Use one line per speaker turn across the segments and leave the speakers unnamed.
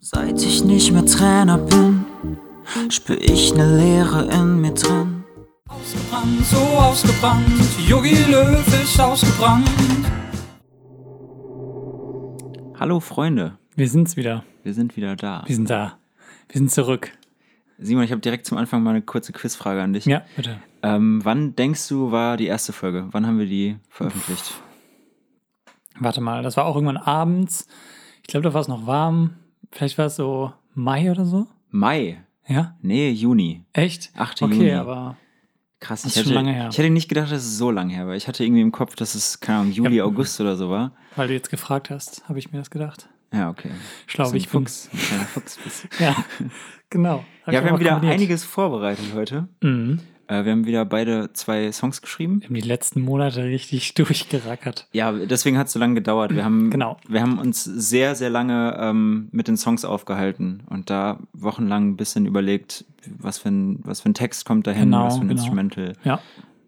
Seit ich nicht mehr Trainer bin, spür ich ne Leere in mir drin.
Ausgebrannt, so ausgebrannt, Yogi Löw ist ausgebrannt.
Hallo Freunde,
Wir sind's wieder.
wir sind wieder da.
Wir sind da. Wir sind zurück.
Simon, ich habe direkt zum Anfang mal eine kurze Quizfrage an dich.
Ja, bitte.
Ähm, wann denkst du, war die erste Folge? Wann haben wir die veröffentlicht?
Warte mal, das war auch irgendwann abends. Ich glaube, da war es noch warm. Vielleicht war es so Mai oder so.
Mai?
Ja?
Nee, Juni.
Echt?
8.
Okay,
Juni.
aber
Krass,
Das
ich
ist
hätte,
schon lange her.
ich hätte nicht gedacht, dass es so lange her war. Ich hatte irgendwie im Kopf, dass es, keine Ahnung, Juli,
Ja.
August oder so war.
weil du jetzt gefragt hast, habe ich mir das gedacht.
Ja, okay.
Schlau,
So
wie
ein
ich bin.
Fuchs. Ein kleiner Fuchs bist.
Ja, genau. Hab ich
Ja, wir haben
einfach
wieder
kombiniert.
einiges vorbereitet heute.
Mhm.
Äh, wir haben wieder beide zwei Songs geschrieben.
Wir haben die letzten Monate richtig durchgerackert.
Ja, deswegen hat es so lange gedauert. Wir haben,
Genau.
wir haben uns sehr, sehr lange ähm, mit den Songs aufgehalten und da wochenlang ein bisschen überlegt, was für ein, was für ein Text kommt dahin,
Genau,
was für ein
genau.
Instrumental.
Ja.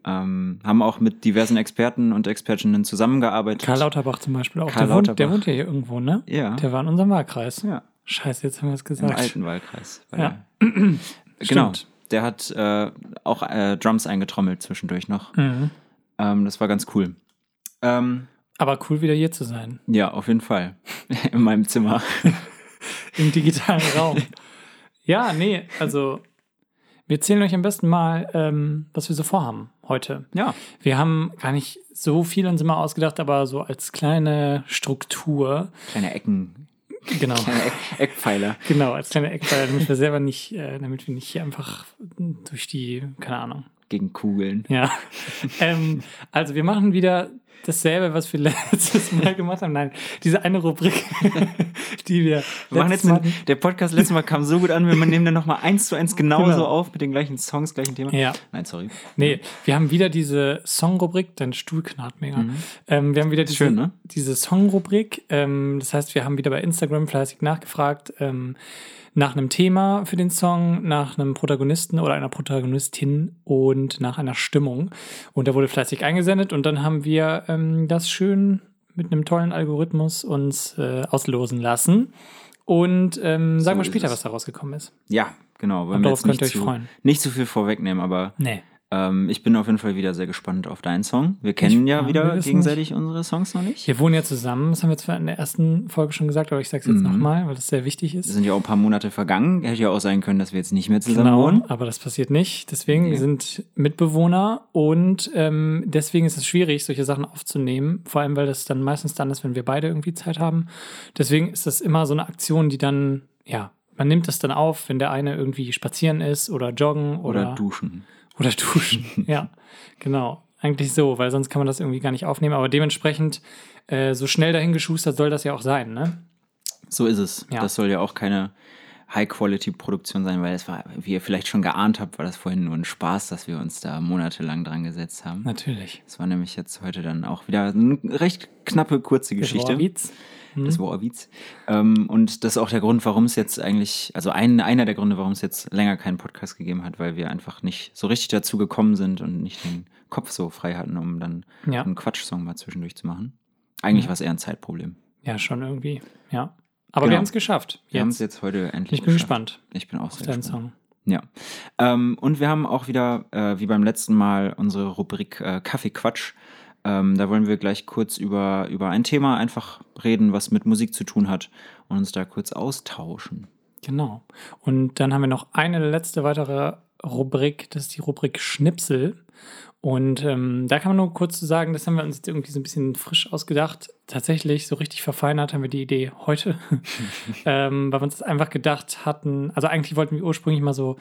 Ähm, haben auch mit diversen Experten und Expertinnen zusammengearbeitet.
Karl Lauterbach zum Beispiel auch.
Karl
der, wohnt, der
Lauterbach.
wohnt ja hier irgendwo, ne?
Ja.
Der war in unserem Wahlkreis.
ja,
Scheiße, jetzt haben wir es
im
gesagt.
alten Wahlkreis. war
Ja.
der. genau.
Stimmt.
Der hat äh, auch äh, Drums eingetrommelt zwischendurch noch.
Mhm.
Ähm, das war ganz cool. Ähm,
Aber cool, wieder hier zu sein.
ja, auf jeden Fall. In meinem Zimmer.
im digitalen Raum. Ja, nee, also wir erzählen euch am besten mal, ähm, was wir so vorhaben heute.
Ja.
Wir haben gar nicht so viel uns immer ausgedacht, aber so als kleine Struktur,
Kleine Ecken.
genau,
Kleine Eck Eckpfeiler.
genau, als kleine Eckpfeiler, damit wir selber nicht, äh, damit wir nicht hier einfach durch die, keine Ahnung,
gegen Kugeln.
Ja. ähm, also wir machen wieder dasselbe, was wir letztes Mal gemacht haben. Nein, diese eine Rubrik, die wir,
Wir machen
letztes
jetzt einen, der Podcast letztes Mal kam so gut an, wenn man nehmen dann nochmal eins zu eins genauso
Genau.
auf mit den gleichen Songs, gleichen Thema.
Ja.
Nein, sorry.
Nee, wir haben wieder diese Song-Rubrik, dein Stuhl knarrt mega. Ähm, wir haben wieder diese,
Mhm. Schön, ne?
diese Song-Rubrik. Ähm, das heißt, wir haben wieder bei Instagram fleißig nachgefragt ähm, nach einem Thema für den Song, nach einem Protagonisten oder einer Protagonistin und nach einer Stimmung. Und da wurde fleißig eingesendet und dann haben wir ähm, das schön mit einem tollen Algorithmus uns äh, auslosen lassen. Und ähm, sagen wir
ist
später,
es.
was da rausgekommen ist.
Ja, genau. Wollen
Und
wir
darauf
jetzt nicht
könnt ihr euch
zu,
freuen.
Nicht zu viel vorwegnehmen, aber
Nee.
ähm, ich bin auf jeden Fall wieder sehr gespannt auf deinen Song. Wir kennen ja,
ja, wir
wieder
wissen
gegenseitig unsere Songs noch nicht.
Wir wohnen ja zusammen, das haben wir zwar in der ersten Folge schon gesagt, aber ich sag's
Mhm.
jetzt nochmal, weil das sehr wichtig
Es
ist.
sind ja auch ein paar Monate vergangen. Hätte ja auch sein können, dass wir jetzt nicht mehr zusammen
Genau,
wohnen.
aber das passiert nicht. Deswegen, wir sind Mitbewohner und ähm, deswegen ist es schwierig, solche Sachen aufzunehmen. Vor allem, weil das dann meistens dann ist, wenn wir beide irgendwie Zeit haben. Deswegen ist das immer so eine Aktion, die dann, ja, man nimmt das dann auf, wenn der eine irgendwie spazieren ist oder joggen oder,
Oder duschen.
Oder duschen. ja, genau. Eigentlich so, weil sonst kann man das irgendwie gar nicht aufnehmen. Aber dementsprechend, äh, so schnell dahin geschustert soll das ja auch sein, ne?
So ist es.
Ja.
Das soll ja auch keine High-Quality-Produktion sein, weil es war, wie ihr vielleicht schon geahnt habt, war das vorhin nur ein Spaß, dass wir uns da monatelang dran gesetzt haben.
Natürlich.
Das war nämlich jetzt heute dann auch wieder eine recht knappe, kurze Geschichte.
Rohrwietz.
Das Warwietz. Ähm, und das ist auch der Grund, warum es jetzt eigentlich, also ein, einer der Gründe, warum es jetzt länger keinen Podcast gegeben hat, weil wir einfach nicht so richtig dazu gekommen sind und nicht den Kopf so frei hatten, um dann
Ja.
einen Quatschsong mal zwischendurch zu machen. Eigentlich war es eher ein Zeitproblem.
Ja, schon irgendwie. Ja. Aber
Genau.
wir haben es geschafft.
Wir haben es
jetzt.
jetzt heute endlich
Ich bin
geschafft.
gespannt
Ich bin auch
auf
sehr
deinen
gespannt.
Song.
Ja. Ähm, und wir haben auch wieder, äh, wie beim letzten Mal, unsere Rubrik äh, Kaffeequatsch. Ähm, da wollen wir gleich kurz über, über ein Thema einfach reden, was mit Musik zu tun hat und uns da kurz austauschen.
Genau. Und dann haben wir noch eine letzte weitere Rubrik, das ist die Rubrik Schnipsel. Und ähm, da kann man nur kurz zu sagen, das haben wir uns jetzt irgendwie so ein bisschen frisch ausgedacht. Tatsächlich, so richtig verfeinert haben wir die Idee heute, ähm, weil wir uns das einfach gedacht hatten. Also eigentlich wollten wir ursprünglich mal so,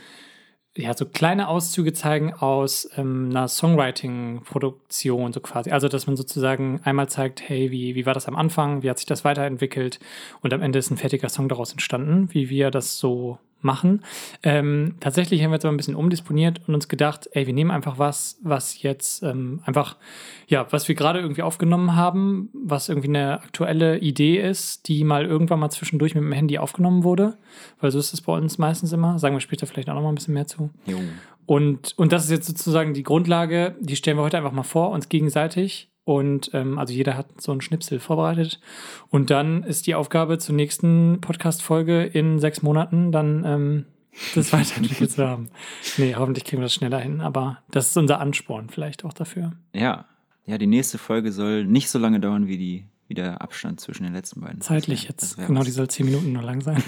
ja, so kleine Auszüge zeigen aus ähm, einer Songwriting-Produktion, so quasi. Also, dass man sozusagen einmal zeigt, hey, wie, wie war das am Anfang, wie hat sich das weiterentwickelt und am Ende ist ein fertiger Song daraus entstanden, wie wir das so machen. Ähm, tatsächlich haben wir jetzt aber ein bisschen umdisponiert und uns gedacht, ey, wir nehmen einfach was, was jetzt ähm, einfach, ja, was wir gerade irgendwie aufgenommen haben, was irgendwie eine aktuelle Idee ist, die mal irgendwann mal zwischendurch mit dem Handy aufgenommen wurde, weil so ist es bei uns meistens immer. Sagen wir später vielleicht auch noch mal ein bisschen mehr zu.
Jo.
Und, und das ist jetzt sozusagen die Grundlage, die stellen wir heute einfach mal vor, uns gegenseitig. Und ähm, also jeder hat so einen Schnipsel vorbereitet. Und dann ist die Aufgabe zur nächsten Podcast-Folge in sechs Monaten dann ähm, das weiterentwickelt zu haben. Nee, hoffentlich kriegen wir das schneller hin, aber das ist unser Ansporn vielleicht auch dafür.
Ja. Ja, die nächste Folge soll nicht so lange dauern wie, die, wie der Abstand zwischen den letzten beiden. Das
Zeitlich
wär-
jetzt.
das wär
Genau,
was.
die soll zehn Minuten nur lang sein.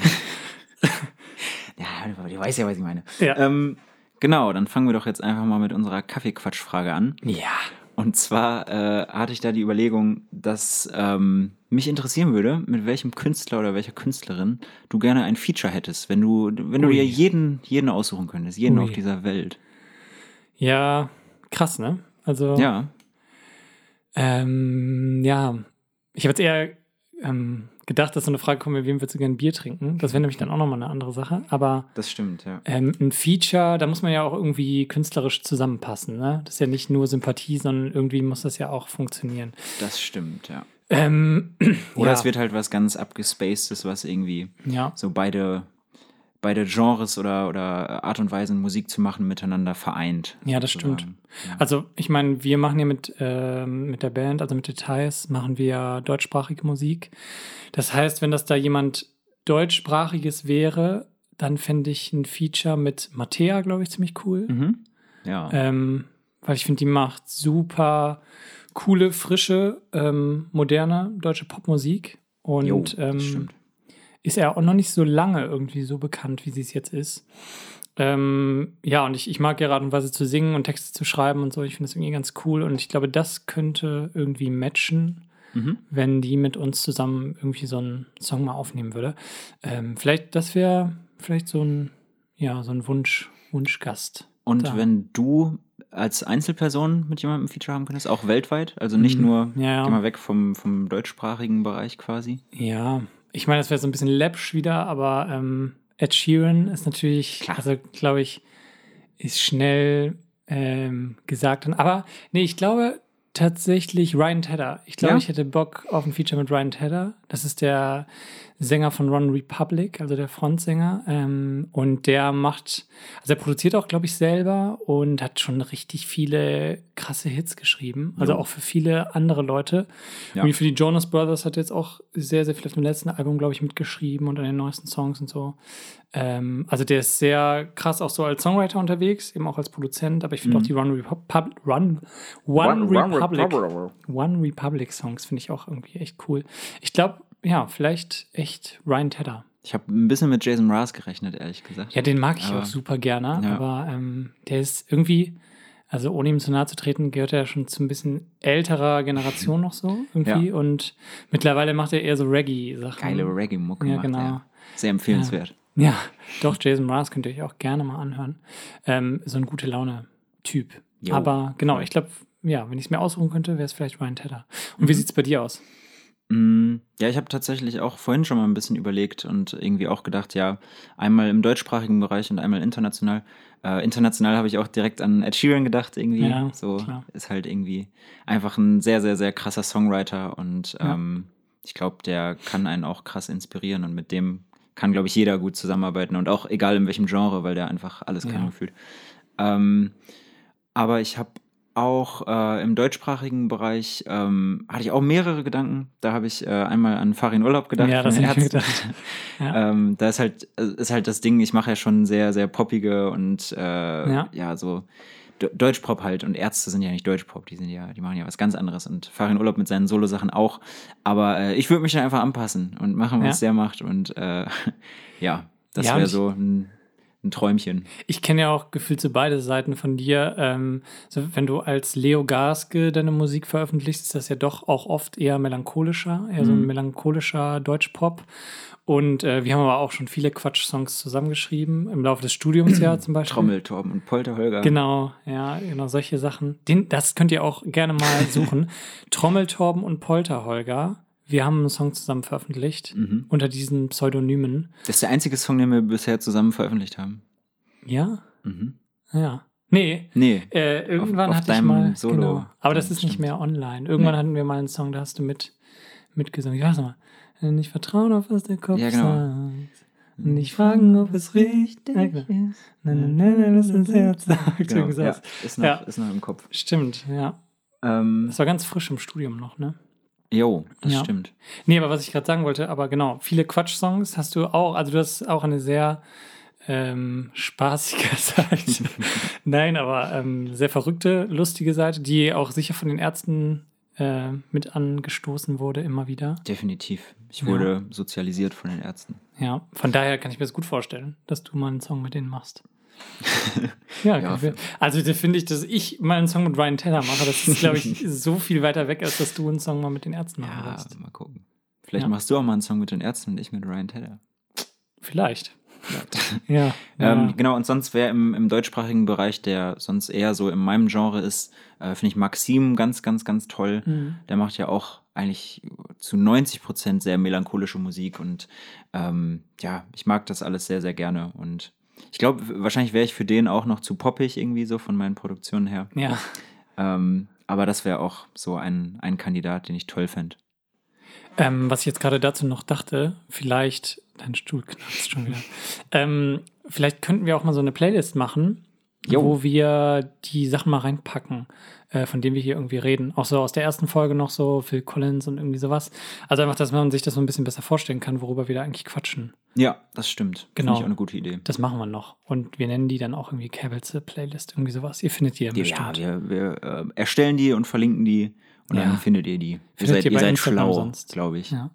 Ja, du weißt ja, was ich meine.
Ja.
Ähm, genau, dann fangen wir doch jetzt einfach mal mit unserer Kaffeequatschfrage an.
ja.
Und zwar äh, hatte ich da die Überlegung, dass ähm, mich interessieren würde, mit welchem Künstler oder welcher Künstlerin du gerne ein Feature hättest, wenn du, wenn du
Ui.
dir jeden, jeden aussuchen könntest, jeden
Ui.
auf dieser Welt.
Ja, krass, ne? Also,
Ja,
Ähm, ja, ich habe jetzt eher ähm, gedacht, dass so eine Frage kommt, mit wem würdest du gerne Bier trinken? Das wäre nämlich dann auch nochmal eine andere Sache. Aber
das stimmt, ja.
ähm, ein Feature, da muss man ja auch irgendwie künstlerisch zusammenpassen. Ne? Das ist ja nicht nur Sympathie, sondern irgendwie muss das ja auch funktionieren.
Das stimmt, ja.
Ähm,
Oder
ja,
es wird halt was ganz abgespacedes, was irgendwie
Ja,
so beide, beide Genres oder, oder Art und Weisen, Musik zu machen, miteinander vereint.
ja, das stimmt.
sozusagen.
Also, ich meine, wir machen ja mit, ähm, mit der Band, also mit Details, machen wir ja deutschsprachige Musik. Das heißt, wenn das da jemand deutschsprachiges wäre, dann fände ich ein Feature mit Mattea, glaube ich, ziemlich cool.
Mhm. Ja.
Ähm, weil ich finde, die macht super coole, frische, ähm, moderne deutsche Popmusik.
Jo,
Und
das
ähm,
stimmt.
ist ja auch noch nicht so lange irgendwie so bekannt, wie sie es jetzt ist. Ähm, ja, und ich, ich mag ihre Art und Weise zu singen und Texte zu schreiben und so. Ich finde das irgendwie ganz cool. Und ich glaube, das könnte irgendwie matchen
Mhm.
wenn die mit uns zusammen irgendwie so einen Song mal aufnehmen würde. Ähm, vielleicht, das wäre vielleicht so ein, ja, so ein Wunsch, Wunschgast.
Und
da.
wenn du als Einzelperson mit jemandem ein Feature haben könntest, auch weltweit, also nicht
Mhm.
nur,
Ja, ja.
geh mal weg vom, vom deutschsprachigen Bereich quasi.
Ja, ich meine, das wäre so ein bisschen läppsch wieder, aber ähm, Ed Sheeran ist natürlich,
Klar.
also glaube ich, ist schnell ähm, gesagt. Und, aber nee, ich glaube tatsächlich Ryan Tedder. Ich glaube,
Ja?
ich hätte Bock auf ein Feature mit Ryan Tedder. Das ist der Sänger von Run Republic, also der Frontsänger. Ähm, und der macht, also er produziert auch, glaube ich, selber und hat schon richtig viele krasse Hits geschrieben. Also
Jo.
auch für viele andere Leute.
Ja.
Irgendwie für die Jonas Brothers hat er jetzt auch sehr, sehr viel auf dem letzten Album, glaube ich, mitgeschrieben und an den neuesten Songs und so. Ähm, also der ist sehr krass auch so als Songwriter unterwegs, eben auch als Produzent, aber ich finde auch die Run, Repub Run Mhm. One, Republic One Republic Songs finde ich auch irgendwie echt cool. Ich glaube, ja, vielleicht echt Ryan Tedder.
Ich habe ein bisschen mit Jason Mraz gerechnet, ehrlich gesagt.
Ja, den mag ich
Aber-
auch super gerne,
Ja.
aber ähm, der ist irgendwie, also ohne ihm zu nahe zu treten, gehört er schon zu ein bisschen älterer Generation noch so irgendwie
Ja.
und mittlerweile macht er eher so Reggae-Sachen.
Geile Reggae-Mucke
Ja,
macht
genau.
er. Sehr empfehlenswert.
Ja, doch, Jason Mraz könnt ihr euch auch gerne mal anhören. Ähm, so ein gute Laune-Typ.
Jo.
Aber genau,
Voll.
ich glaube, ja, wenn ich es mir aussuchen könnte, wäre es vielleicht Ryan Tedder. Und
Mhm.
wie sieht's bei dir aus?
Mm, Ja, ich habe tatsächlich auch vorhin schon mal ein bisschen überlegt und irgendwie auch gedacht, ja, einmal im deutschsprachigen Bereich und einmal international. Äh, international habe ich auch direkt an Ed Sheeran gedacht, irgendwie.
Ja,
so
klar.
ist halt irgendwie einfach ein sehr, sehr, sehr krasser Songwriter und
Ja.
ähm, ich glaube, der kann einen auch krass inspirieren und mit dem kann, glaube ich, jeder gut zusammenarbeiten und auch egal in welchem Genre, weil der einfach alles kann
Ja.
gefühlt. Ähm, aber ich habe auch äh, im deutschsprachigen Bereich ähm, hatte ich auch mehrere Gedanken. Da habe ich äh, einmal an Farin Urlaub gedacht.
Ja, das
von den
hätte ich mir
Ärzten.
Ja.
ähm, da ist halt, ist halt das Ding, ich mache ja schon sehr, sehr poppige und äh,
Ja.
ja. so D- Deutschpop halt. Und Ärzte sind ja nicht Deutschpop, die sind ja, die machen ja was ganz anderes. Und Farin Urlaub mit seinen Solo-Sachen auch. Aber äh, ich würde mich dann einfach anpassen und machen, was
Ja.
der macht. Und äh, ja, das
Ja, und
wäre
ich-
so ein, ein Träumchen.
Ich kenne ja auch gefühlt so beide Seiten von dir. Ähm, so, wenn du als Leo Gaske deine Musik veröffentlichst, ist das ja doch auch oft eher melancholischer, eher so ein melancholischer Deutschpop. Und äh, wir haben aber auch schon viele Quatsch-Songs zusammengeschrieben, im Laufe des Studiums ja zum Beispiel.
Trommeltorben und Polterholger.
Genau, ja, genau, solche Sachen. Den, das könnt ihr auch gerne mal suchen. Trommeltorben und Polterholger. Wir haben einen Song zusammen veröffentlicht
Mhm.
unter diesen Pseudonymen.
Das ist der einzige Song, den wir bisher zusammen veröffentlicht haben.
Ja?
Mhm.
Ja. Nee,
Nee.
Äh, irgendwann
auf
hatte ich
deinem
mal.
Solo-
Genau. Aber das
Ding,
ist nicht
stimmt.
mehr online. Irgendwann
Nee.
hatten wir mal einen Song, da hast du mit mitgesungen. Ich weiß noch mal. Nicht vertrauen, auf was der Kopf
Ja, genau.
sagt. Nicht fragen, ob es richtig ist. Nein, nein, nein, nein, was das Herz sagt.
Genau.
Irgendwie
Ja,
sowas.
ist, noch,
Ja.
ist noch im Kopf.
Stimmt, ja.
Ähm,
Das war ganz frisch im Studium noch, ne?
jo, das
Ja.
stimmt.
Nee, aber was ich gerade sagen wollte, aber genau, viele Quatsch-Songs hast du auch, also du hast auch eine sehr ähm, spaßige Seite. Nein, aber ähm, sehr verrückte, lustige Seite, die auch sicher von den Ärzten äh, mit angestoßen wurde, immer wieder.
Definitiv. Ich
Ja.
wurde sozialisiert von den Ärzten.
Ja, von daher kann ich mir das gut vorstellen, dass du mal einen Song mit denen machst. ja, kann
Ja.
ich mir- also da finde ich, dass ich mal einen Song mit Ryan Taylor mache, das ist, glaube ich, so viel weiter weg, als dass du einen Song mal mit den Ärzten machen
Ja,
wirst.
mal gucken. Vielleicht
Ja.
machst du auch mal einen Song mit den Ärzten und ich mit Ryan Taylor.
Vielleicht. Ja.
Ähm,
ja.
genau, und sonst wer im, im deutschsprachigen Bereich, der sonst eher so in meinem Genre ist, äh, finde ich Maxim ganz, ganz, ganz toll.
Mhm.
Der macht ja auch eigentlich zu 90 Prozent sehr melancholische Musik und ähm, ja, ich mag das alles sehr, sehr gerne und ich glaube, w- wahrscheinlich wäre ich für den auch noch zu poppig irgendwie so von meinen Produktionen her.
Ja.
Ähm, aber das wäre auch so ein, ein Kandidat, den ich toll fände.
Ähm, was ich jetzt gerade dazu noch dachte, vielleicht, dein Stuhl knarzt schon wieder. ähm, vielleicht könnten wir auch mal so eine Playlist machen,
Jo.
wo wir die Sachen mal reinpacken, äh, von denen wir hier irgendwie reden. Auch so aus der ersten Folge noch so, Phil Collins und irgendwie sowas. Also einfach, dass man sich das so ein bisschen besser vorstellen kann, worüber wir da eigentlich quatschen.
Ja, das stimmt.
Genau.
Finde ich auch eine gute Idee.
Das machen wir noch. Und wir nennen die dann auch irgendwie Cables Playlist, irgendwie sowas. Ihr findet die ja
Ja,
bestimmt.
wir, wir äh, erstellen die und verlinken die und
Ja.
dann findet ihr die. Ihr
Findet
seid,
ihr
ihr
bei
seid
Instagram
schlau,
sonst.
glaube ich. Ja.
Ja.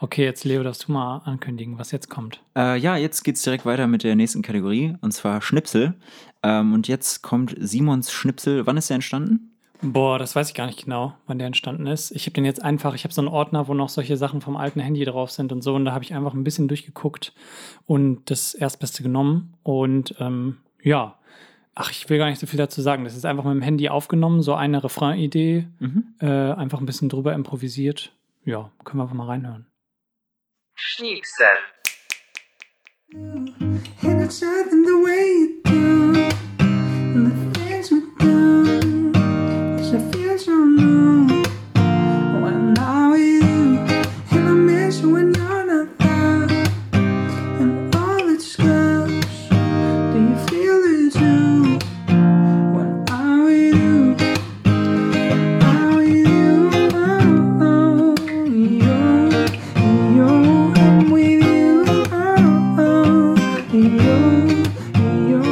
Okay, jetzt Leo, darfst du mal ankündigen, was jetzt kommt.
Äh, ja, jetzt geht's direkt weiter mit der nächsten Kategorie und zwar Schnipsel. Ähm, und jetzt kommt Simons Schnipsel. Wann ist der entstanden?
Boah, das weiß ich gar nicht genau, wann der entstanden ist. Ich habe den jetzt einfach, ich habe so einen Ordner, wo noch solche Sachen vom alten Handy drauf sind und so. Und da habe ich einfach ein bisschen durchgeguckt und das Erstbeste genommen. Und ähm, ja, ach, ich will gar nicht so viel dazu sagen. Das ist einfach mit dem Handy aufgenommen, so eine Refrain-Idee,
Mhm.
äh, einfach ein bisschen drüber improvisiert. Ja, können wir einfach mal reinhören.
Schnipsel.
And I tried in the way you do, and the things we do. Wish I feel so new when I'm not with you. And I miss you when you're not there. And all its scars, do you feel it too? When I'm with you, when I'm with you, oh, oh, you, you, I'm with you, oh, oh, you, you,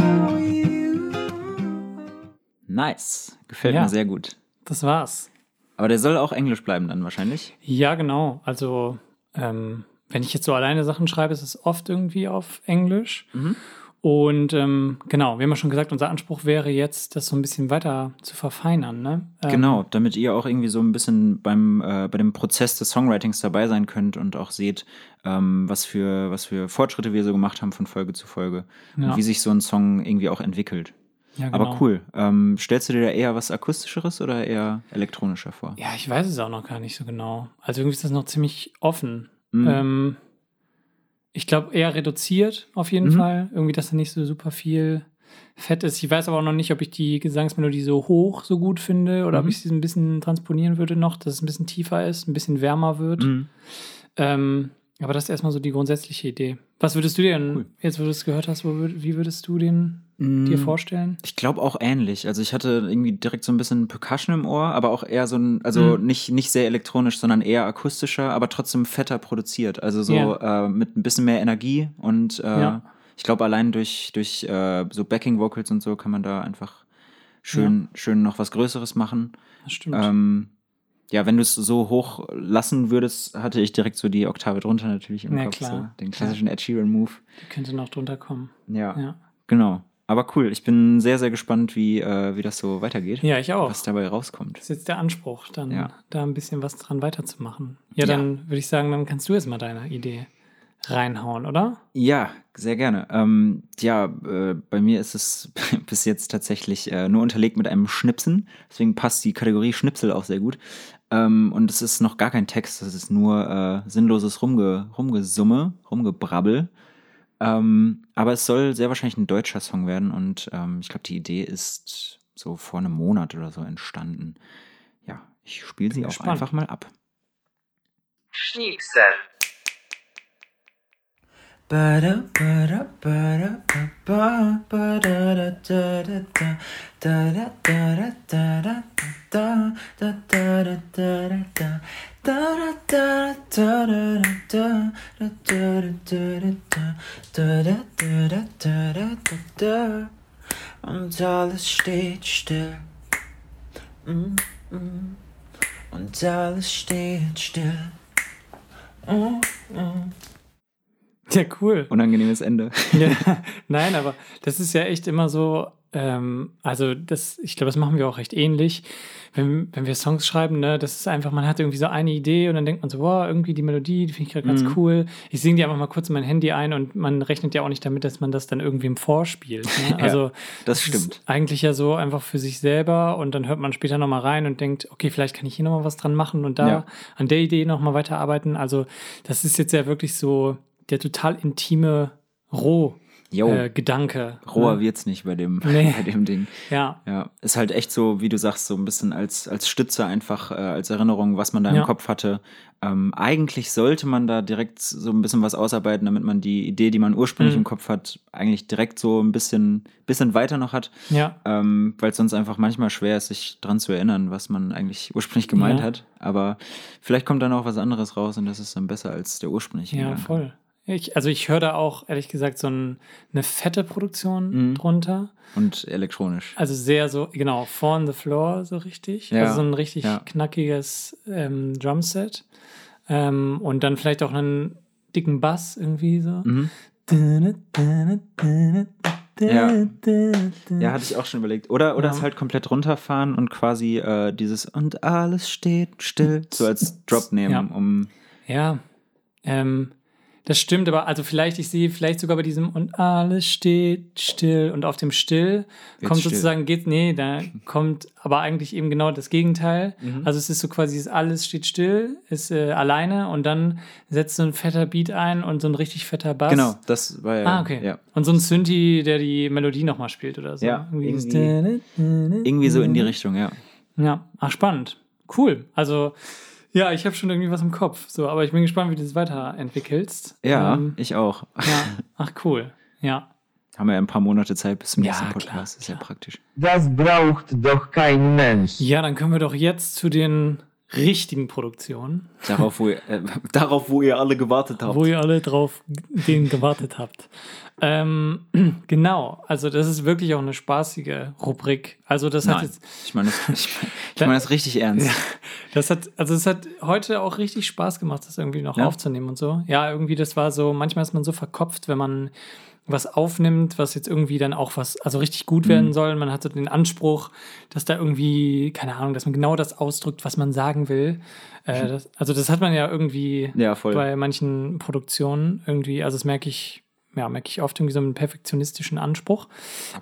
I'm with you.
Nice. Gefällt
Ja.
mir sehr gut.
Das war's.
Aber der soll auch Englisch bleiben dann wahrscheinlich.
Ja, genau. Also, ähm, wenn ich jetzt so alleine Sachen schreibe, ist es oft irgendwie auf Englisch.
Mhm.
Und ähm, genau, wir haben ja schon gesagt, unser Anspruch wäre jetzt, das so ein bisschen weiter zu verfeinern. Ne? Ähm,
Genau, damit ihr auch irgendwie so ein bisschen beim, äh, bei dem Prozess des Songwritings dabei sein könnt und auch seht, ähm, was, für, was für Fortschritte wir so gemacht haben von Folge zu Folge
Ja.
und wie sich so ein Song irgendwie auch entwickelt.
Ja, genau.
Aber cool. Ähm, stellst du dir da eher was Akustischeres oder eher elektronischer vor?
Ja, ich weiß es auch noch gar nicht so genau. Also irgendwie ist das noch ziemlich offen.
Mhm.
Ähm, ich glaube, eher reduziert auf jeden
Mhm.
Fall. Irgendwie, dass da nicht so super viel Fett ist. Ich weiß aber auch noch nicht, ob ich die Gesangsmelodie so hoch so gut finde oder ob
Mhm.
ich sie ein bisschen transponieren würde noch, dass es ein bisschen tiefer ist, ein bisschen wärmer wird.
Mhm.
Ähm, aber das ist erstmal so die grundsätzliche Idee. Was würdest du dir denn,
Cool. Mhm.
jetzt wo du es gehört hast, wo würd, wie würdest du den
Mm.
dir vorstellen?
Ich glaube auch ähnlich. Also ich hatte irgendwie direkt so ein bisschen Percussion im Ohr, aber auch eher so ein, also
Mhm.
nicht, nicht sehr elektronisch, sondern eher akustischer, aber trotzdem fetter produziert. Also so äh, mit ein bisschen mehr Energie und äh,
Ja.
ich glaube allein durch, durch äh, so Backing Vocals und so kann man da einfach schön, schön noch was Größeres machen.
Das stimmt.
Ähm, ja, wenn du es so hoch lassen würdest, hatte ich direkt so die Oktave drunter natürlich im
Ja,
Kopf.
klar.
So den klassischen Ed Sheeran Move.
Könnte noch drunter kommen.
Ja,
Ja.
genau. Aber cool, ich bin sehr, sehr gespannt, wie, äh, wie das so weitergeht.
ja, ich auch.
Was dabei rauskommt.
Das ist jetzt der Anspruch, dann
Ja.
da ein bisschen was dran weiterzumachen. Ja,
Ja.
dann würde ich sagen, dann kannst du jetzt mal deine Idee reinhauen, oder?
Ja, sehr gerne. Ähm, ja, äh, bei mir ist es bis jetzt tatsächlich äh, nur unterlegt mit einem Schnipsen. Deswegen passt die Kategorie Schnipsel auch sehr gut. Ähm, und es ist noch gar kein Text, es ist nur äh, sinnloses Rumge Rumgesumme, Rumgebrabbel. Ähm, aber es soll sehr wahrscheinlich ein deutscher Song werden und ähm, ich glaube, die Idee ist so vor einem Monat oder so entstanden. Ja, ich spiele sie auch
gespannt.
einfach mal ab.
Schnipsel.
Bada, bada, bada, ba, ba, bada, da, da, da, da. Da, da, da, da, da, da, da, da, da, da, da, da, da. Da, da, da, da, da, da, da, da, da, da, da, da. Da, da, da, da, da, da, da, da. Und alles steht still. Mm, mm. Und alles steht still. Oh, oh.
Ja, cool.
Unangenehmes Ende.
Ja, nein, aber das ist ja echt immer so, ähm, also das, ich glaube, das machen wir auch recht ähnlich. Wenn, wenn wir Songs schreiben, ne, das ist einfach, man hat irgendwie so eine Idee und dann denkt man so, wow, irgendwie die Melodie, die finde ich gerade ganz cool. Ich singe die einfach mal kurz in mein Handy ein und man rechnet ja auch nicht damit, dass man das dann irgendwem vorspielt. Ne? Also
das
ist
stimmt.
eigentlich ja so einfach für sich selber und dann hört man später nochmal rein und denkt, okay, vielleicht kann ich hier nochmal was dran machen und da
Ja.
an der Idee nochmal weiterarbeiten. Also das ist jetzt ja wirklich so der total intime äh,
Jo.
Roh-Gedanke.
Roher wird's nicht bei dem,
Nee.
bei dem Ding.
ne? Ja,
Ja, ist halt echt so, wie du sagst, so ein bisschen als, als Stütze einfach, äh, als Erinnerung, was man da
Ja.
im Kopf hatte. Ähm, eigentlich sollte man da direkt so ein bisschen was ausarbeiten, damit man die Idee, die man ursprünglich
Mhm.
im Kopf hat, eigentlich direkt so ein bisschen, bisschen weiter noch hat.
ja.
Ähm, Weil es sonst einfach manchmal schwer ist, sich dran zu erinnern, was man eigentlich ursprünglich gemeint
Ja.
hat. Aber vielleicht kommt dann auch was anderes raus und das ist dann besser als der ursprüngliche.
Ja,
Gedanke.
voll. Ich, also ich höre da auch, ehrlich gesagt, so ein, eine fette Produktion
Mhm.
drunter.
Und elektronisch.
Also sehr so, genau, Fawn the Floor so richtig.
Ja,
Also so ein richtig
ja.
knackiges ähm, Drumset. Ähm, und dann vielleicht auch einen dicken Bass irgendwie so.
Mhm. Ja. Ja, hatte ich auch schon überlegt. Oder, oder
Ja.
es halt komplett runterfahren und quasi äh, dieses und alles steht still so als Drop nehmen,
Ja.
um.
Ja, ähm, das stimmt, aber also vielleicht, ich sehe vielleicht sogar bei diesem und alles steht still und auf dem Still
Wird's
kommt
still.
sozusagen, geht, nee, da kommt aber eigentlich eben genau das Gegenteil.
Mhm.
Also es ist so quasi, es alles steht still, ist äh, alleine und dann setzt so ein fetter Beat ein und so ein richtig fetter Bass.
Genau, das war ja.
Ah, okay.
Ja.
Und so ein Synthi, der die Melodie nochmal spielt oder so.
Ja,
Irgendwie dieses-
Irgendwie so in
Mhm.
die Richtung, ja.
ja, ach spannend. Cool. Also, ja, ich habe schon irgendwie was im Kopf. So, aber ich bin gespannt, wie du das weiterentwickelst.
Ja,
Ähm,
ich auch.
ja. Ach cool. Ja.
Haben wir ja ein paar Monate Zeit bis zum
Ja,
nächsten Podcast.
klar,
Ist ja praktisch.
Das braucht doch kein Mensch.
Ja, dann können wir doch jetzt zu den richtigen Produktionen,
Darauf, wo ihr, äh, darauf, wo ihr alle gewartet habt.
wo ihr alle drauf den gewartet habt. Ähm, genau, also das ist wirklich auch eine spaßige Rubrik. Also das hat
Nein,
jetzt
ich meine das, ich meine, ich meine das richtig ernst.
Das hat, also es hat heute auch richtig Spaß gemacht, das irgendwie noch
Ja?
aufzunehmen und so. Ja, irgendwie, das war so, manchmal ist man so verkopft, wenn man was aufnimmt, was jetzt irgendwie dann auch was, also richtig gut
Mhm.
werden soll. Man hat so den Anspruch, dass da irgendwie, keine Ahnung, dass man genau das ausdrückt, was man sagen will. Äh, das, also das hat man ja irgendwie
Ja, voll.
bei manchen Produktionen irgendwie, also das merke ich, ja, merke ich oft irgendwie so einen perfektionistischen Anspruch.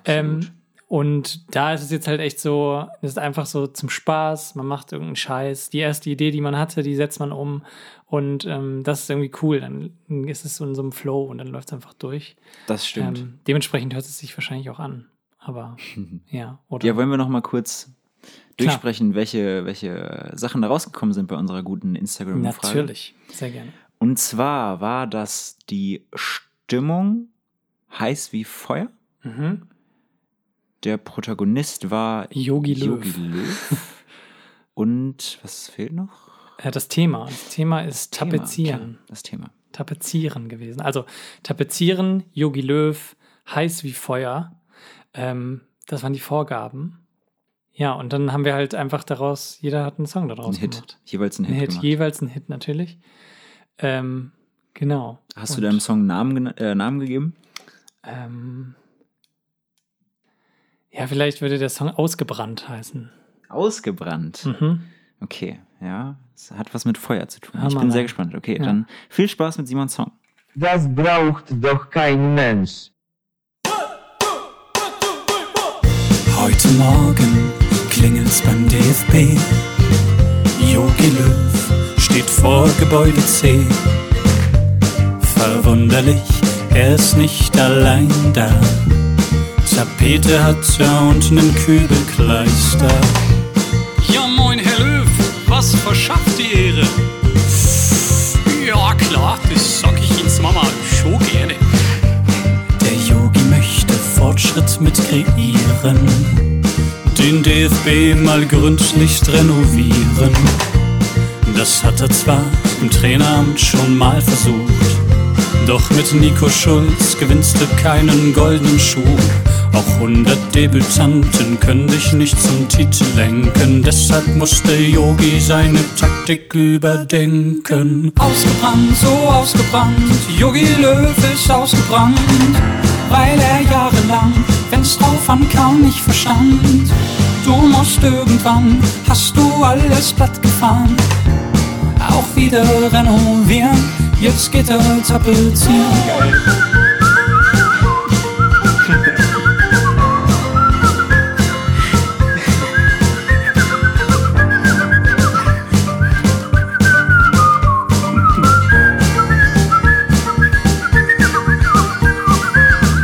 Ähm, und da ist es jetzt halt echt so, es ist einfach so zum Spaß, man macht irgendeinen Scheiß. Die erste Idee, die man hatte, die setzt man um und ähm, das ist irgendwie cool. Dann ist es so in so einem Flow und dann läuft es einfach durch.
Das stimmt.
Ähm, dementsprechend hört es sich wahrscheinlich auch an. Aber ja, oder?
Ja, wollen wir noch mal kurz durchsprechen, welche, welche Sachen da rausgekommen sind bei unserer guten Instagram-Frage?
Natürlich, sehr gerne.
Und zwar war das die Stimmung heiß wie Feuer.
Mhm.
Der Protagonist war
Yogi Löw.
Yogi Löw. Und was fehlt noch?
Äh, das Thema. Das Thema ist
Thema,
Tapezieren.
klar, das Thema.
Tapezieren gewesen. Also Tapezieren, Yogi Löw, heiß wie Feuer. Ähm, das waren die Vorgaben. Ja, und dann haben wir halt einfach daraus, jeder hat einen Song
Ein
daraus
Hit.
gemacht.
Jeweils ein
Ein
Hit.
Hit,
gemacht.
jeweils ein Hit natürlich. Ähm, genau.
Hast du
Und,
deinem Song Namen, gena- äh, Namen gegeben?
Ähm, ja, vielleicht würde der Song Ausgebrannt heißen.
Ausgebrannt.
Mhm.
Okay, ja. Es hat was mit Feuer zu tun.
Hör
ich
mal
bin sehr
rein.
gespannt. Okay,
Ja.
dann viel Spaß mit Simons Song.
Das braucht doch kein Mensch.
Heute Morgen klingelt's beim DFB. Jogi Löw steht vor Gebäude C. Verwunderlich, er ist nicht allein da. Tapete hat er und nen Kübelkleister. Ja moin, Herr Löw, was verschafft die Ehre? Ja klar, das sag ich ins Mama schon gerne. Auftritt mit kreieren. Den DFB mal gründlich renovieren. Das hat er zwar im Traineramt schon mal versucht. Doch mit Nico Schulz gewinnst du keinen goldenen Schuh. Auch 100 Debütanten können dich nicht zum Titel lenken. Deshalb musste Yogi seine Taktik überdenken. Ausgebrannt, so ausgebrannt, Yogi Löw ist ausgebrannt. Weil er jahrelang, wenn's drauf ankam, nicht verstand. Du musst irgendwann, hast du alles plattgefahren auch wieder renovieren. Jetzt geht er tapezieren.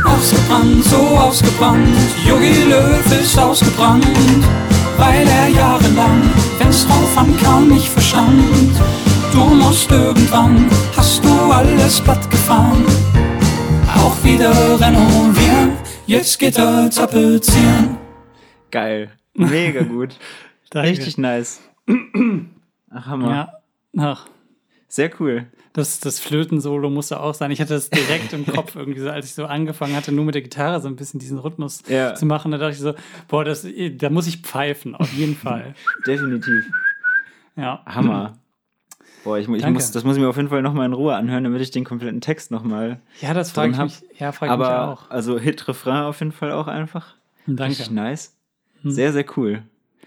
Ausgebrannt, so ausgebrannt, Yogi Löw ist ausgebrannt, weil er jahrelang, wenn's drauf ankam, nicht verstand. Du musst irgendwann, hast du alles platt gefahren. Auch wieder renovieren, jetzt geht er tapezieren.
Geil. Mega gut.
Danke.
Richtig nice. Ach, Hammer.
Ja, ach,
Sehr cool.
das, das Flötensolo musste auch sein. Ich hatte das direkt im Kopf irgendwie so, als ich so angefangen hatte, nur mit der Gitarre so ein bisschen diesen Rhythmus
Ja.
zu machen. Da dachte ich so, boah, das, da muss ich pfeifen, auf jeden Fall.
Definitiv.
Ja.
Hammer. Boah, ich, mu- ich
Danke.
muss, das muss ich mir auf jeden Fall nochmal in Ruhe anhören, damit ich den kompletten Text nochmal.
Ja, das frage ich
Drin
mich. Ja, frage ich mich
Aber,
auch.
also Hit-Refrain auf jeden Fall auch einfach. Richtig
Danke. Hm.
nice. Sehr, sehr cool.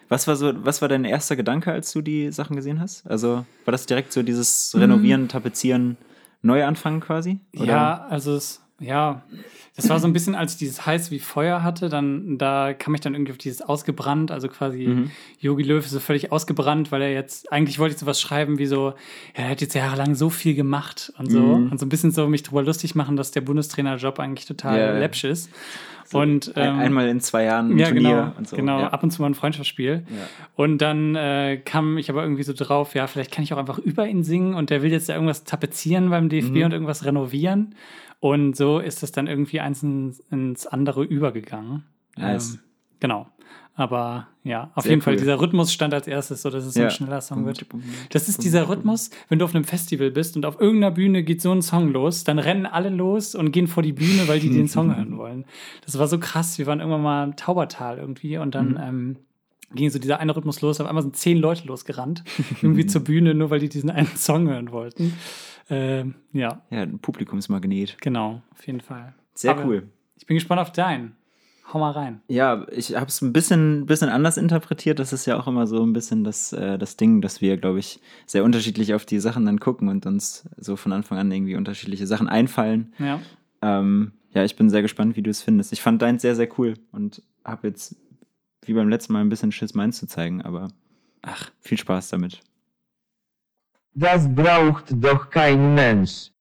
Was war so, was war dein erster Gedanke, als du die Sachen gesehen hast? Also war das direkt so dieses
Hm.
Renovieren, Tapezieren, Neuanfangen quasi? Oder?
Ja, also es, ja, das war so ein bisschen, als ich dieses heiß wie Feuer hatte, dann da kam ich dann irgendwie auf dieses ausgebrannt, also quasi
Mhm.
Yogi Löw ist so völlig ausgebrannt, weil er jetzt eigentlich wollte ich sowas schreiben wie so, ja, er hat jetzt jahrelang so viel gemacht und so
Mhm.
und so ein bisschen so mich drüber lustig machen, dass der Bundestrainerjob eigentlich total
Ja, ja.
läppsch ist. Und
Ein,
ähm,
einmal in zwei Jahren ein Turnier
genau,
und so.
Genau,
ja.
ab und zu mal ein Freundschaftsspiel. Und dann äh, kam ich aber irgendwie so drauf, ja, vielleicht kann ich auch einfach über ihn singen und der will jetzt da irgendwas tapezieren beim DFB
Mhm.
und irgendwas renovieren. Und so ist das dann irgendwie eins in- ins andere übergegangen.
Nice.
Ähm, genau. Aber ja, auf
Sehr
jeden Fall,
cool.
dieser Rhythmus stand als erstes, so dass es so
Ja.
ein schneller Song wird. Das ist dieser Rhythmus, wenn du auf einem Festival bist und auf irgendeiner Bühne geht so ein Song los, dann rennen alle los und gehen vor die Bühne, weil die den Song hören wollen. Das war so krass. Wir waren irgendwann mal im Taubertal irgendwie und dann ähm, ging so dieser eine Rhythmus los. Auf einmal sind zehn Leute losgerannt, irgendwie zur Bühne, nur weil die diesen einen Song hören wollten. Ähm, ja,
ja, ein Publikumsmagnet.
genau, auf jeden Fall.
Sehr
Aber
cool.
Ich bin gespannt auf deinen. Hau mal rein.
Ja, ich habe es ein bisschen, bisschen anders interpretiert. Das ist ja auch immer so ein bisschen das, äh, das Ding, dass wir, glaube ich, sehr unterschiedlich auf die Sachen dann gucken und uns so von Anfang an irgendwie unterschiedliche Sachen einfallen.
Ja.
Ähm, ja, ich bin sehr gespannt, wie du es findest. Ich fand deins sehr, sehr cool und habe jetzt, wie beim letzten Mal, ein bisschen Schiss, meins zu zeigen, aber ach, viel Spaß damit.
Das braucht doch kein Mensch.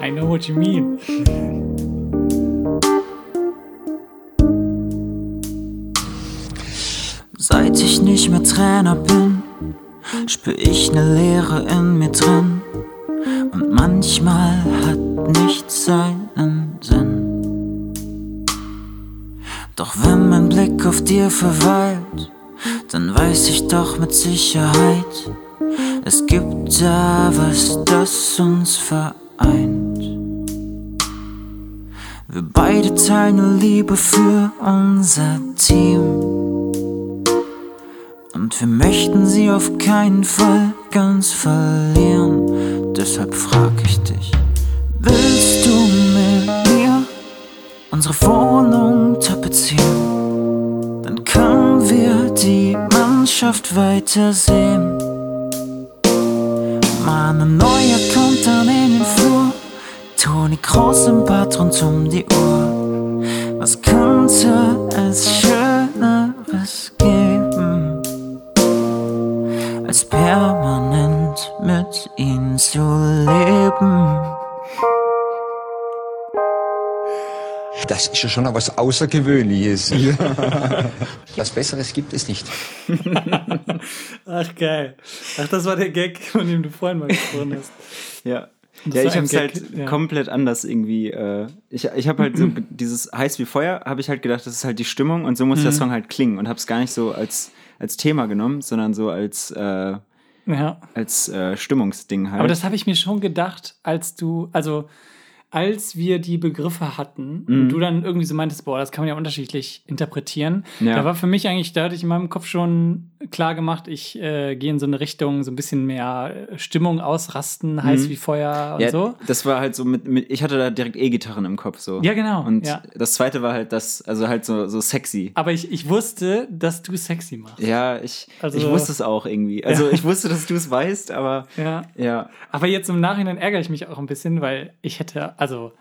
I know what you mean.
Seit ich nicht mehr Trainer bin, spür ich ne Leere in mir drin. Und manchmal hat nichts seinen Sinn. Doch wenn mein Blick auf dir verweilt, dann weiß ich doch mit Sicherheit, es gibt da was, das uns vereint. Wir beide teilen ne Liebe für unser Team. Und wir möchten sie auf keinen Fall ganz verlieren. Deshalb frag ich dich, willst du mit mir unsere Wohnung tapezieren? Dann können wir die Mannschaft weitersehen. Mann, ein neuer kommt dann in den Flur. Toni Kroos im Bad rund um die Uhr. Was könnte es Schöneres geben? als permanent mit ihm zu leben.
Das ist ja schon noch was Außergewöhnliches. Was Besseres gibt es nicht.
Ach, geil. Ach, das war der Gag, von dem du vorhin mal gesprochen hast.
Ja.
Das
Ja,
war
ich
ein
hab's
Gag,
halt
ja.
komplett anders irgendwie. Äh, ich ich habe halt so ge- dieses heiß wie Feuer, habe ich halt gedacht, das ist halt die Stimmung und so muss
Mhm.
der Song halt klingen und habe es gar nicht so als, als Thema genommen, sondern so als, äh,
Ja.
als äh, Stimmungsding halt.
Aber das habe ich mir schon gedacht, als du, also als wir die Begriffe hatten
Mhm.
und du dann irgendwie so meintest, boah, das kann man ja unterschiedlich interpretieren,
Ja.
da war für mich eigentlich, da hatte ich in meinem Kopf schon klar gemacht, ich äh, gehe in so eine Richtung, so ein bisschen mehr äh, Stimmung ausrasten, heiß wie Feuer und
Mhm. ja,
so.
das war halt so mit, mit ich hatte da direkt E-Gitarren im Kopf so.
Ja, genau,
Und
ja.
das zweite war halt das, also halt so, so sexy.
Aber ich, ich wusste, dass du sexy machst.
Ja, ich,
Also-
ich wusste es auch irgendwie. Also ich wusste, dass du es weißt, aber
Ja.
ja.
Aber jetzt im Nachhinein ärgere ich mich auch ein bisschen, weil ich hätte, also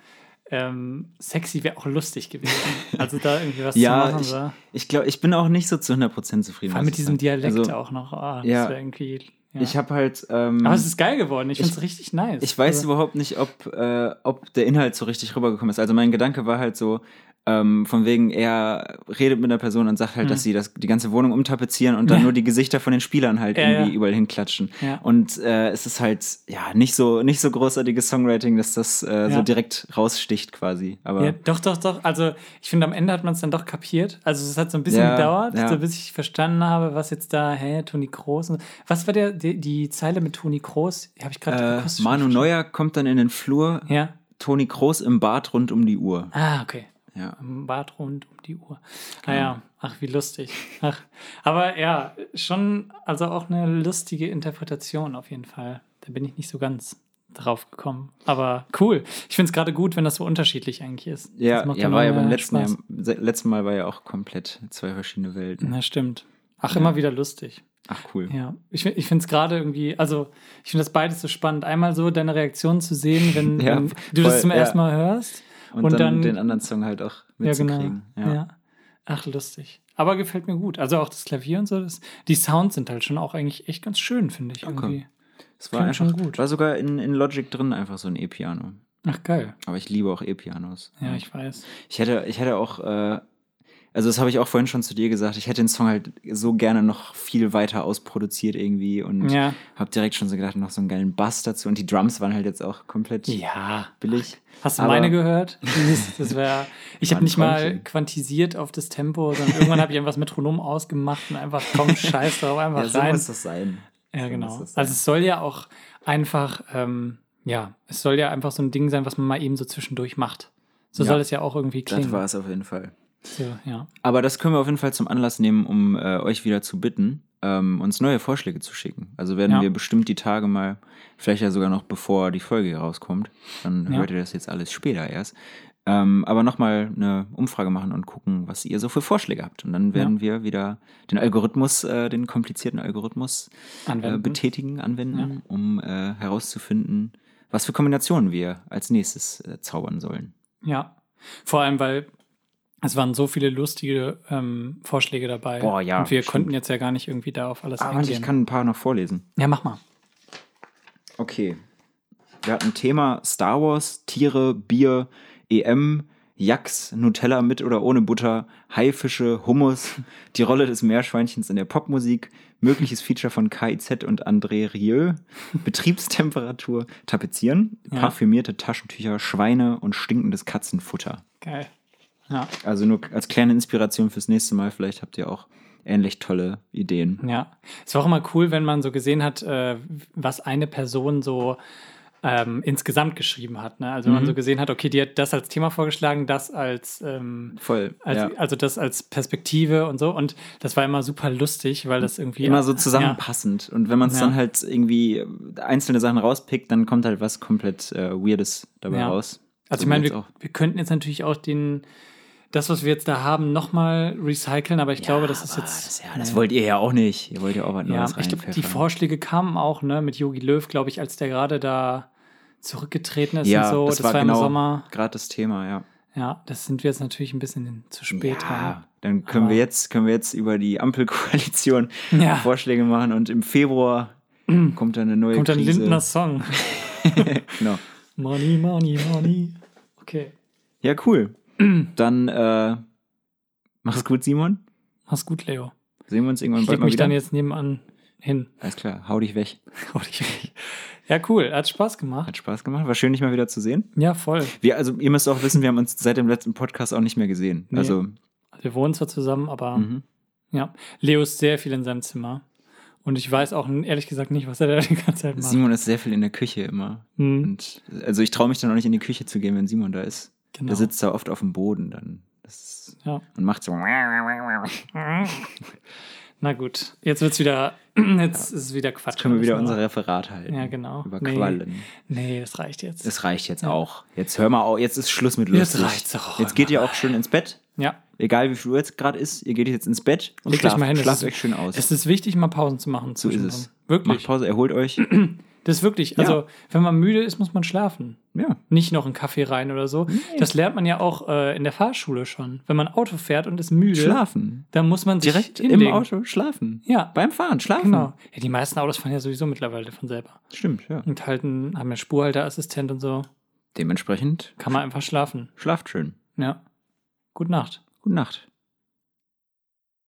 ähm, sexy wäre auch lustig gewesen. Also da irgendwie was zu
Ja,
machen.
ich,
so.
ich glaube, ich bin auch nicht so zu 100% zufrieden.
Vor allem
muss
mit
ich
diesem
sagen.
Dialekt
Also,
auch noch. Ah,
ja.
das wär irgendwie, ja.
Ich habe halt. Ähm,
Aber es ist geil geworden. Ich, finde es richtig nice.
ich weiß
Also,
überhaupt nicht, ob, äh, ob der Inhalt so richtig rübergekommen ist. Also mein Gedanke war halt so, ähm, von wegen, er redet mit einer Person und sagt halt,
Hm.
dass sie das, die ganze Wohnung umtapezieren und dann nur die Gesichter von den Spielern halt
Ja,
irgendwie
ja.
überall hinklatschen.
Ja.
Und äh, es ist halt, ja, nicht so, nicht so großartiges Songwriting, dass das äh, so
Ja.
direkt raussticht quasi. Aber
ja, doch, doch, doch. Also ich finde, am Ende hat man es dann doch kapiert. Also es hat so ein bisschen
Ja,
gedauert,
ja.
so, bis ich verstanden habe, was jetzt da, hä, Toni Kroos. Und, was war der, die, die Zeile mit Toni Kroos? Habe ich gerade
äh,
akustisch
Manu
nicht verstanden.
Neuer kommt dann in den Flur,
Ja.
Toni Groß im Bad rund um die Uhr.
Ah, okay.
Ja.
Am Bad rund um die Uhr.
Genau.
Naja, ach, wie lustig. Ach. Aber ja, schon, also auch eine lustige Interpretation auf jeden Fall. Da bin ich nicht so ganz drauf gekommen. Aber cool. Ich finde es gerade gut, wenn das so unterschiedlich eigentlich ist.
Ja,
das macht
ja
dann
war
noch
ja beim
mehr
letzten, Jahr,
Spaß.
se- letzten Mal war ja auch komplett zwei verschiedene Welten.
Na, stimmt. Ach, immer wieder lustig.
Ach cool.
Ja, ich, fi- ich finde es gerade irgendwie, also ich finde das beides so spannend. Einmal so deine Reaktion zu sehen, wenn,
Ja,
wenn du das
voll,
zum
ja.
ersten Mal hörst.
Und, dann, den anderen Song halt auch mitzukriegen. Ja,
Ja. Ach, lustig. Aber gefällt mir gut. Also auch das Klavier und so. Das, die Sounds sind halt schon auch eigentlich echt ganz schön, finde ich. Irgendwie.
Es war
Klingt schon
einfach
gut.
gut. War sogar in, in Logic drin einfach so ein E-Piano.
Ach, geil.
Aber ich liebe auch E-Pianos.
Ja, ich weiß.
Ich hätte, ich hätte auch, äh, also das habe ich auch vorhin schon zu dir gesagt, ich hätte den Song halt so gerne noch viel weiter ausproduziert irgendwie und
Ja.
habe direkt schon so gedacht, noch so einen geilen Bass dazu und die Drums waren halt jetzt auch komplett
Ja.
billig.
Hast du
Aber-
meine gehört? Das, das wär, ich habe
Mein
nicht mal
Träumchen.
quantisiert auf das Tempo, sondern irgendwann habe ich einfach das Metronom ausgemacht und einfach kaum Scheiß drauf, einfach
Ja, so
rein.
muss das sein.
Ja,
So
genau.
muss das sein.
Also es soll ja auch einfach, ähm, ja, es soll ja einfach so ein Ding sein, was man mal eben so zwischendurch macht. So
Ja.
soll es ja auch irgendwie klingen.
das war es auf jeden Fall.
So, ja.
Aber das können wir auf jeden Fall zum Anlass nehmen, um äh, euch wieder zu bitten, ähm, uns neue Vorschläge zu schicken. Also werden
Ja.
wir bestimmt die Tage mal, vielleicht ja sogar noch bevor die Folge hier rauskommt, dann
Ja.
hört ihr das jetzt alles später erst. Ähm, aber nochmal eine Umfrage machen und gucken, was ihr so für Vorschläge habt. Und dann werden wir wieder den Algorithmus, äh, den komplizierten Algorithmus äh,
Anwenden.
betätigen, anwenden, um äh, herauszufinden, was für Kombinationen wir als nächstes äh, zaubern sollen.
Ja, vor allem, weil es waren so viele lustige ähm, Vorschläge dabei.
Boah, ja,
Und wir
stimmt.
konnten jetzt ja gar nicht irgendwie da auf alles
Ah, warte,
eingehen.
ich kann ein paar noch vorlesen.
ja, mach mal.
Okay. Wir hatten Thema Star Wars, Tiere, Bier, EM, Yaks, Nutella mit oder ohne Butter, Haifische, Hummus, die Rolle des Meerschweinchens in der Popmusik, mögliches Feature von KIZ und André Rieu, Betriebstemperatur, Tapezieren, parfümierte Taschentücher, Schweine und stinkendes Katzenfutter.
Geil. Ja,
Also nur als kleine Inspiration fürs nächste Mal, vielleicht habt ihr auch ähnlich tolle Ideen.
ja. Es war auch immer cool, wenn man so gesehen hat, äh, was eine Person so ähm, insgesamt geschrieben hat. Ne? Also wenn
Mhm.
man so gesehen hat, okay, die hat das als Thema vorgeschlagen, das als ähm,
Voll.
als,
ja.
also das als Perspektive und so. Und das war immer super lustig, weil das irgendwie
Mhm. immer so
Ja.
zusammenpassend. Und wenn man es
Ja.
dann halt irgendwie einzelne Sachen rauspickt, dann kommt halt was komplett äh, Weirdes dabei
Ja.
raus.
Also
So
ich meine,
wie jetzt
wir,
auch.
wir könnten jetzt natürlich auch den, das, was wir jetzt da haben, nochmal recyceln, aber ich glaube, das ist jetzt. äh,
ja, das wollt ihr ja auch nicht. Ihr wollt ja auch was
Ja,
Neues
ich glaube, die
reinpfeffern.
Vorschläge kamen auch, ne, mit Yogi Löw, glaube ich, als der gerade da zurückgetreten ist
ja,
und so.
das, war,
im
genau
Sommer.
gerade das Thema, ja.
Ja, das sind wir jetzt natürlich ein bisschen zu spät dran.
Ja, dann können wir jetzt können wir jetzt über die Ampelkoalition
Ja.
Vorschläge machen und im Februar kommt dann eine neue
Kommt dann
Krise.
Lindners Song.
Genau.
money, money, money. Okay.
Ja, cool. Dann äh, mach's gut, Simon.
Mach's gut, Leo.
Sehen wir uns irgendwann
Ich
bald
leg
mal
mich
wieder.
dann jetzt nebenan hin.
Alles klar, hau dich weg.
Hau dich weg. Ja, cool. Hat Spaß gemacht.
Hat Spaß gemacht. War schön, dich mal wieder zu sehen.
Ja, voll.
Wir, also, ihr müsst auch wissen, wir haben uns seit dem letzten Podcast auch nicht mehr gesehen.
Nee.
Also,
Wir wohnen zwar zusammen, aber
mhm.
ja. Leo ist sehr viel in seinem Zimmer. Und ich weiß auch ehrlich gesagt nicht, was er da die ganze Zeit macht.
Simon ist sehr viel in der Küche immer.
Hm,
Und also ich traue mich dann auch nicht in die Küche zu gehen, wenn Simon da ist.
genau.
Der sitzt da oft auf dem Boden dann. Das
Ja.
Und macht so.
Na gut, jetzt wird's wieder, jetzt ist es wieder Quatsch.
Jetzt können wir wieder
Müssen
unser Referat halten.
Ja, genau.
Über
Nee.
Quallen.
Nee, das reicht jetzt.
Es reicht jetzt auch. Jetzt hör mal auf. Jetzt ist Schluss mit
Jetzt
lustig.
reicht's auch
Jetzt geht ihr auch schön ins Bett.
ja,
Egal wie viel Uhr jetzt gerade ist, ihr geht jetzt ins Bett und
legt euch
schlaft,
mal hin. Es
schlaft
ist-
euch schön aus.
Es ist wichtig, mal Pausen zu machen.
so ist
zwischendrin.
es. Macht
Wirklich.
Pause, erholt euch.
Das ist wirklich. Also, wenn man müde ist, muss man schlafen.
ja.
Nicht noch einen Kaffee rein oder so. Das lernt man ja auch äh, in der Fahrschule schon. Wenn man Auto fährt und ist müde,
Schlafen.
dann muss man sich
Direkt
hinlegen.
im Auto schlafen.
Ja,
Beim Fahren schlafen.
genau. Ja, die meisten Autos fahren ja sowieso mittlerweile von selber.
Stimmt, ja.
Und halten, haben ja Spurhalteassistent und so.
Dementsprechend
Kann man einfach schlafen.
schlaft schön.
Ja. Gute Nacht.
Gute Nacht.